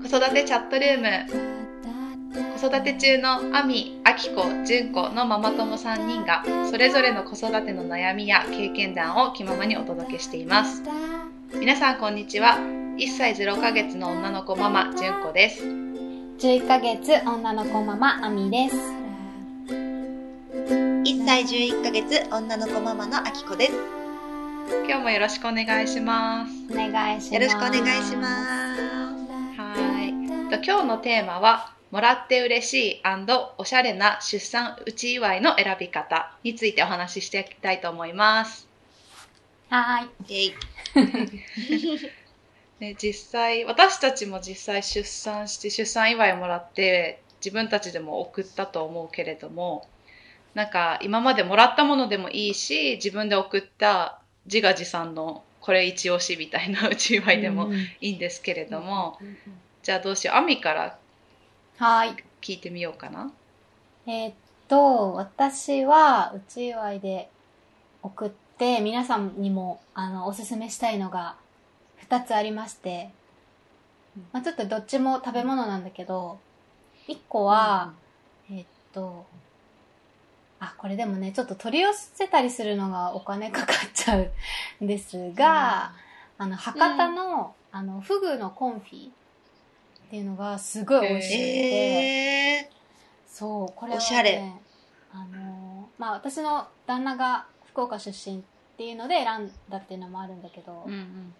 子育てチャットルーム子育て中の亜美、あきこ、じゅんこのママ友3人がそれぞれの子育ての悩みや経験談を気ままにお届けしています皆さんこんにちは1歳0ヶ月の女の子ママじゅんこです11ヶ月女の子ママアミです1歳11ヶ月女の子ママのあきこです今日もよろしくお願いしますお願いしますよろしくお願いしますはいえっと今日のテーマはもらって嬉しいおしゃれな出産うち祝いの選び方についてお話ししていきたいと思いますはーいイエイね、実際私たちも実際出産して出産祝いもらって自分たちでも送ったと思うけれどもなんか今までもらったものでもいいし自分で送った自画自賛のこれ一押しみたいな うち祝いでもいいんですけれども、じゃあどうしようアミからはーい聞いてみようかな。えーっと私はうち祝いで送って皆さんにもあのおすすめしたいのが2つありまして、まあ、ちょっとどっちも食べ物なんだけど1個は、えーっとあこれでもねちょっと取り寄せたりするのがお金かかっちゃうんですが、あの博多の,、あのフグのコンフィっていうのがすごい美味しくて。えそう、これは、ね、おしゃれあのーまあ私の旦那が福岡出身っていうので選んだっていうのもあるんだけど、ん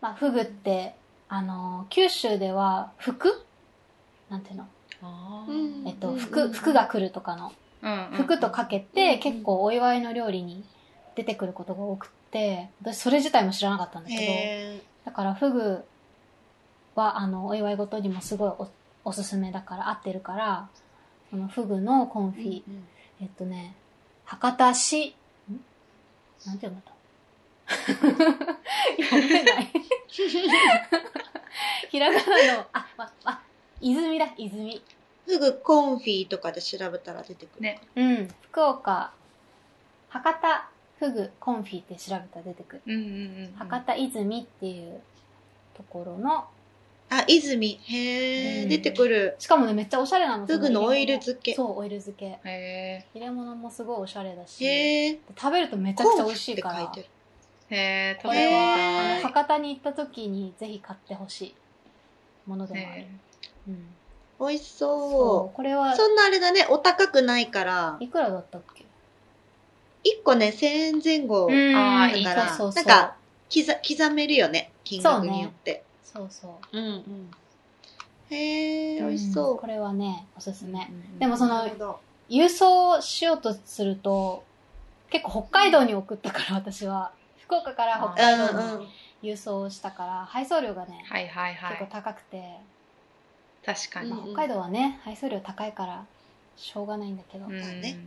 まあフグって、あのー九州では福なんていうのうんえっと、福、福が来るとかの、うん福とかけうんうてん結構お祝いの料理に出てくることが多くて、私それ自体も知らなかったんだけど、えだからフグはあのお祝い事にもすごいおおすすめだから合ってるからこのフグのコンフィ、えっとね博多市んなんて読むんだ 読めない ひらがなのあ、ま、あ泉だ泉フグコンフィとかで調べたら出てくるねうん福岡博多フグコンフィって調べたら出てくうるんうんうん、博多泉っていうところのあ泉うへえん出てくるしかもね、めっちゃおしゃれなの。フグのオイル漬けそう、オイル漬け。へ入れ物もすごいおしゃれだし、へえ食べるとめちゃくちゃ美味しいから、てるえへえこ食べれてみはたあいの博多に行った時にぜひ買ってほしいものでもあるね。うん美味しそ、そうこれはうそんなあれだねお高くないからいくらだったっけ1個ね1000円前後うんあーいいだなからそうそうなんそう。か刻刻めるよね金額によってそうそう。うんうんへえ美味しうんそこれはね、おすすめ。うんうんでもうそのなる、ほど郵送しようとすると、結構北海道に送ったから私は、福岡から北海うん道うんに郵送したから、配送料がね、はいはいは結構い高くて、確かに、まあうんうん北海道はね配送料高いからしょうがないんだけど、うんね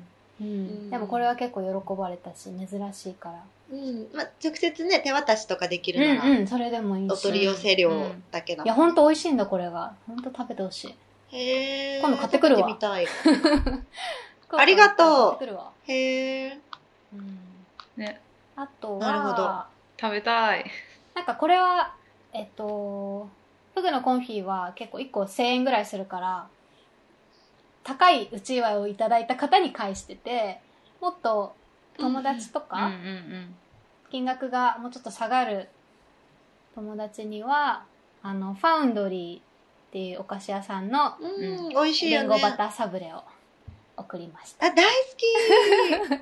うんんでもこれは結構喜ばれたし珍しいからうんまあ、直接ね手渡しとかできうるなら、んうんそれでもいいお取しり寄せ料だけだ、いやほんと美味しいんだこれがほんと食べてほしいへえ今度買ってくるわ食べてみたいありがとう買ってくるわへえうんねあとはなるほど食べたいなんかこれはえっとフグのコンフィは結構1個1000円ぐらいするから高いうち祝いをいただいた方に返しててもっと友達とか、うんうん金額がもうちょっと下がる友達にはあのファウンドリーっていうお菓子屋さんのうん美味しいリよンねゴバターサブレを送りました、あ大好と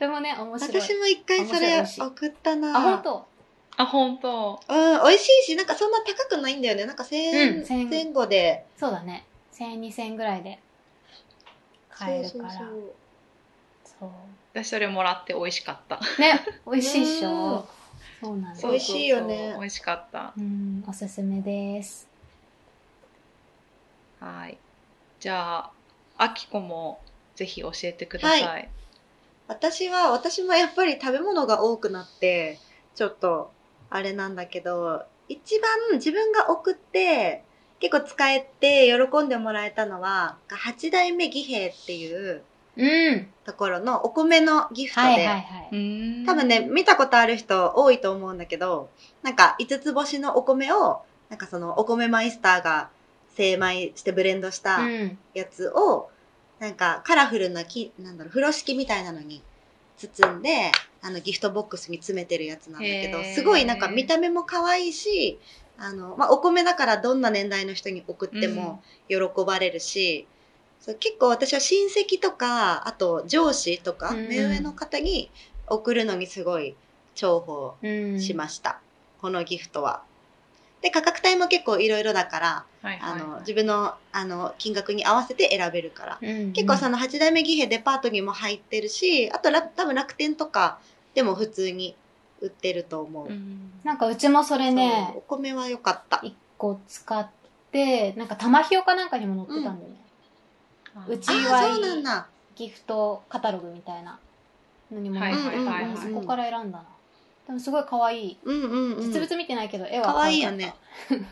てもね面き白い私も一回それ面白い送ったなあ本当あ本当うん美味しいしなんかそんな高くないんだよねなんか1000うん円1000円前後でそうだね1000円2000円ぐらいで買えるからそうそうそうそう私それもらって美味しかったね美味しいっしうんょそうなんだ美味しいよそねうそうそう美味しかったうんおすすめですはいじゃああきこもぜひ教えてください、は私は私もやっぱり食べ物が多くなってちょっとあれなんだけど一番自分が送って結構使えて喜んでもらえたのは8代目義兵っていううん。ところのお米のギフトで、はいはいはうい。ーん多分ね、見たことある人多いと思うんだけど、なんか5つ星のお米を、なんかそのお米マイスターが精米してブレンドしたうん。やつを、なんかカラフルなき、なんだろう、風呂敷みたいなのに包んで、あのギフトボックスに詰めてるやつなんだけど、へーすごいなんか見た目も可愛いし、あの、まあ、お米だからどんな年代の人に送っても喜ばれるし、そう結構私は親戚とか、あと上司とか、うん目上の方に送るのにすごい重宝うん。しました。このギフトは。で、価格帯も結構いろいろだから、はいはあいはいの、自分の、あの、金額に合わせて選べるから。うん。結構その八代目義兵デパートにも入ってるし、あとら多分楽天とかでも普通に売ってると思うう。んなんかうちもそれそうねお、米は良かった。一個使って、なんか玉ひよかなんかにも載ってたんだよね。うちあはあ、そうなんだ。ギフトカタログみたいなのにも載はっいてはいたはかいら、はいそこから選んだな。でもすごい可愛い。うんうんうん。実物見てないけど、絵は可可愛い愛かよったね。。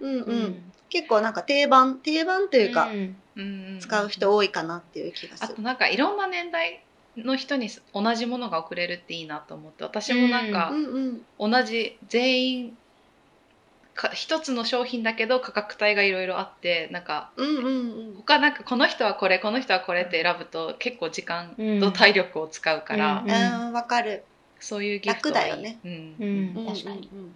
うんうん。。結構なんか定番、定番とというか、うんんん使う人多いかなっていう気があすとる。なんかいろんな年代の人に同じものが送れるっていいなと思って私もなんあかうんうん。同じ全員か一つの商品だけど価格帯がいろいろあってなんかうんうんうん。他なんかこの人はこれこの人はこれって選ぶと結構時間と体力を使うから、うんうん、わかる。そういうギフトはいい楽だよねうんうんうん確かに。うんうん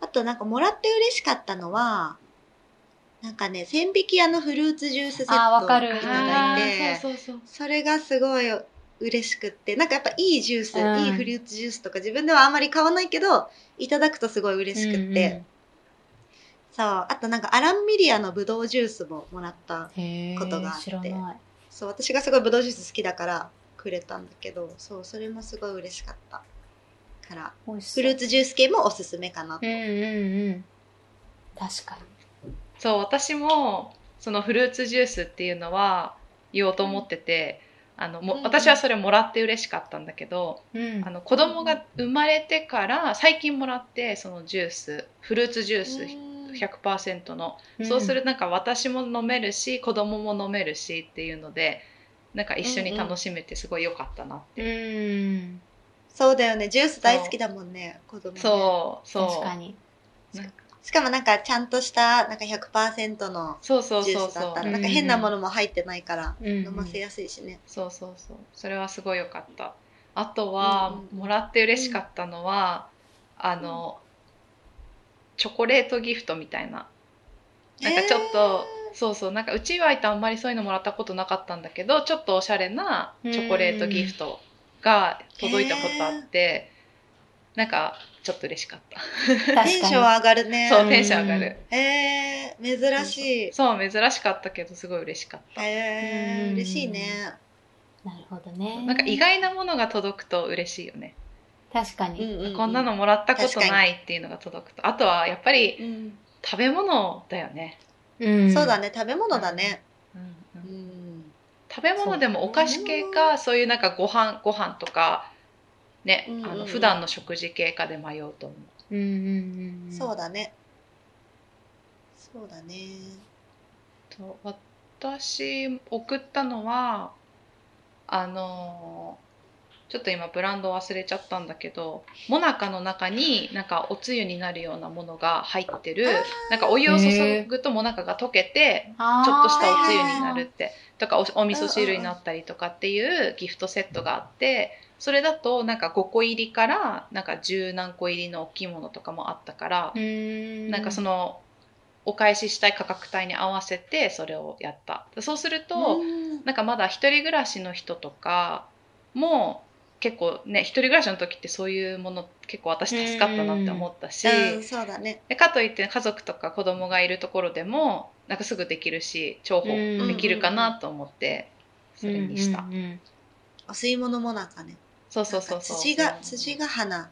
あとなんかもらって嬉しかったのは、なんかね、千匹屋のフルーツジュースセットをいあーわたかるだあいーて、そうそうそうそれがすごい嬉しくって、なんかやっぱいいジュース、うんいいフルーツジュースとか自分ではあんまり買わないけど、いただくとすごい嬉しくって、そう、あとなんかアランミリアのブドウジュースももらった。うんうん。へーことがあって知らない。そう、私がすごいブドウジュース好きだからくれたんだけど、そう、それもすごい嬉しかった。から、美味しそフうルーツジュース系もおすすめかなとうんうんうん。確かそう私もそのフルーツジュースっていうのは言おうと思ってて、あのもうんうん私はそれもらって嬉しかったんだけど、に。うんあ。の子供が生まれてから最近もらってそのジュースフルーツジュース100%の、んそうするとなんか私も飲めるし子供も飲めるしっていうのでなんか一緒に楽しめてすごい良かったな、うん。そうだよねジュース大好きだもんね子供ねそうそう確かに。しかもなんかちゃんとしたなんか100%のそうそうジュそーうスそだうったうらんなんか変なものも入ってないから飲飲ませやすいしねそうそうそうそれはすごい良かったあとはうん、うんもらって嬉しかったのは、あの、チョコレートギフトみたいななんかちょっと、そうそうなんかうちわいとあんまりそういうのもらったことなかったんだけどちょっとおしゃれなチョコレートギフトが届いたことあって、なんかちょっと嬉しかった、えーテンション上がるねそうテンション上がる、えー、珍しいそう珍しかったけどすごい嬉しかった、えうんー、嬉しいねなるほどね。なんか意外なものが届くと嬉しいよね、確かうに。んううこんなのもらったこと確かにないっていうのが届くとあとはやっぱりうん食べ物だよね、うんそうだ。ね食べ物だねうんううんん食べ物でもお菓子系かそういうなんかご飯ご飯とかね、うんうんうんあの普段の食事系かで迷うと思ううんうんうん。そうだ。だねそうだねと私送ったのはあのちょっと今ブランド忘れちゃったんだけどモナカの中になんかおつゆになるようなものが入ってるなんかお湯を注ぐとモナカが溶けてあーちょっとしたおつゆになるってとかおお味噌汁になったりとかっていうギフトセットがあってそれだとなんか5個入りからなんか十何個入りの大きいものとかもあったからうん。なんかそのお返ししたい価格帯に合わせてそれをやったそうすると、うんなんかまだ一人暮らしの人とかも結構ね一人暮らしの時ってそういうもの結構私助かったなって思ったし、うんそうだねでかといって家族とか子供がいるところでもなんかすぐできるし重宝うんできるかなと思ってそれにした、うんうんうんお吸い物もなんかねそうそうそうそう辻が辻が花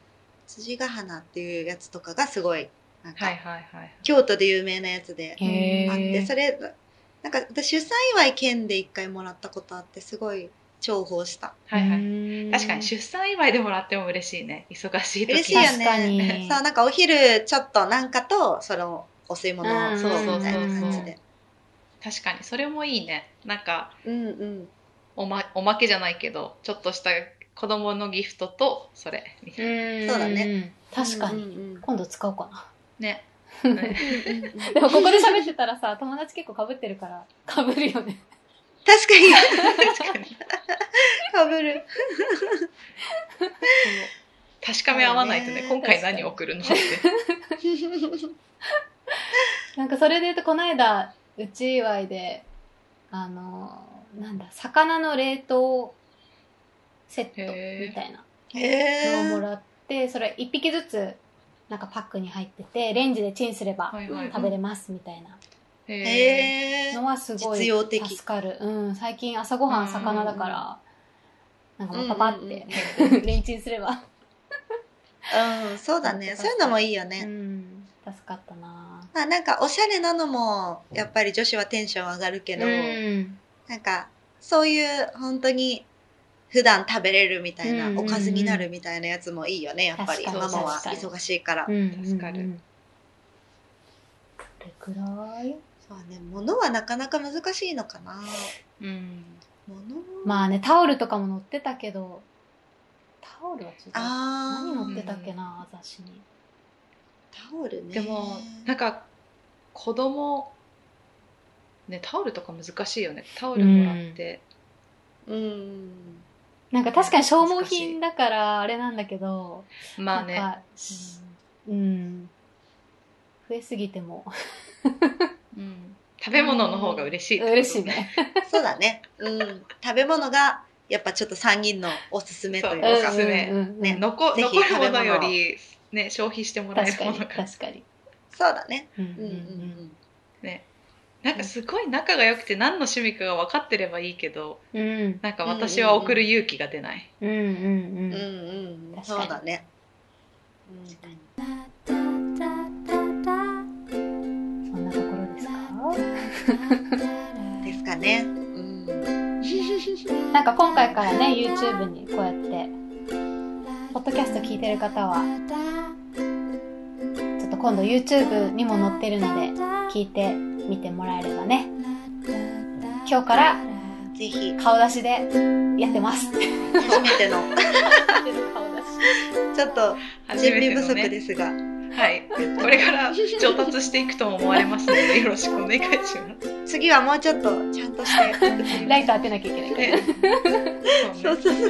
辻が花っていうやつとかがすごいなんか、はいはいはい京都で有名なやつでへあってえ。それなんか私出産祝い券で一回もらったことあってすごい重宝したはいはい、い確かに出産祝いでもらっても嬉しいね忙しい時に嬉しいよ確ねかに。そうなんかお昼ちょっとなんかとそのお吸い物をうんそうそうそうみたいな感じで確かにそれもいいねなんかうんうん。おまおまけじゃないけどちょっとした子供のギフトとそれみたいうん そうだね。確かに。うんうんうん今度使おうかな。 ねうんうんでもここで喋ってたらさ、友達結構被ってるから、被るよね。確かに、確かにかぶる。 確かめ合わないとねそうね今回確か何に送るのって なんかそれで言うと、この間、うち祝いで、あの、なんだ、魚の冷凍セッへトーみたいなへのをもえ。らって、それ1匹ずつ、なんかパックに入ってて、レンジでチンすればはいはい食べれますみたいなへえへえ。のはすごい実用的助かる。うん、最近朝ごはん魚だから、なんかもうパパっうんうんて、 レンチンすれば。うん、そうだね。そういうのもいいようね。ん、助かったなまあなんかおしゃれなのも、やっぱり女子はテンション上がるけど、うん、なんか、そういう本当に普段食べれるみたいな、うんうんうんおかずになるみたいなやつもいいよね、やっぱり。か確にママは確かに忙しいから。うん助かるうんこれくらいそうね、物はなかなか難しいのかな。うん物まあねタオルとかも載ってたけどタオルは違うあ何載ーってたっけな雑誌にタオルね。でもなんか子供ねタオルとか難しいよねタオルもらって、うん。なんか確かに消耗品だからあれなんだけどまあねなんかうん増えすぎてもうん食べ物の方が嬉しいってこと嬉しいねそうだね。うん。食べ物が、やっぱちょっと3人のおすすめというそうおか。すすめうんうんうんうんね残ぜひ残るものより、ね、消費してもらえ確るかもにのが確かにそうだね。うんうんうんなんかすごい仲が良くて何の趣味かが分かってればいいけどうんうんなんか私は送る勇気が出ない、うんうんうん。ううんんうんうん。確かにそうだね。うんそんなところですかですかね。うん。なんか今回からね YouTube にこうやってポッドキャスト聞いてる方はちょっと今度 YouTube にも載ってるので聞いてみてもらえればね今日からぜひ、顔出しでやってます初めての、 顔出しちょっと初準めて備不の足ねですが、はいこれから上達していくとも思われますの でよろしくお願いします次はもうちょっとちゃんと して。ライト当てなきゃいけないからねそそううねそうそう。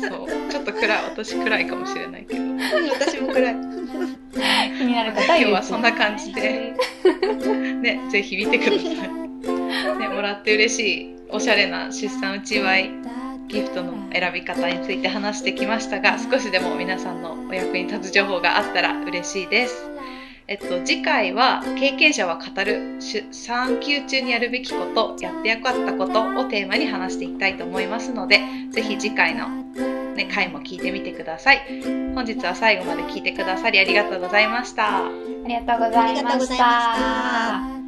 そうちょっと暗い私暗いかもしれないけど私も暗い。気になる今方日は YouTube そんな感じでねぜひ見てください、 ね、もらって嬉しいおしゃれな出産うちわいギフトの選び方について話してきましたが少しでも皆さんのお役に立つ情報があったら嬉しいです。えっと、次回は経験者は語る出産休中にやるべきことやってよかったことをテーマに話していきたいと思いますのでぜひ次回の、ね、回も聞いてみてください本日は最後まで聞いてくださりありがとうございましたありがとうございまありがとうごしざいましたた。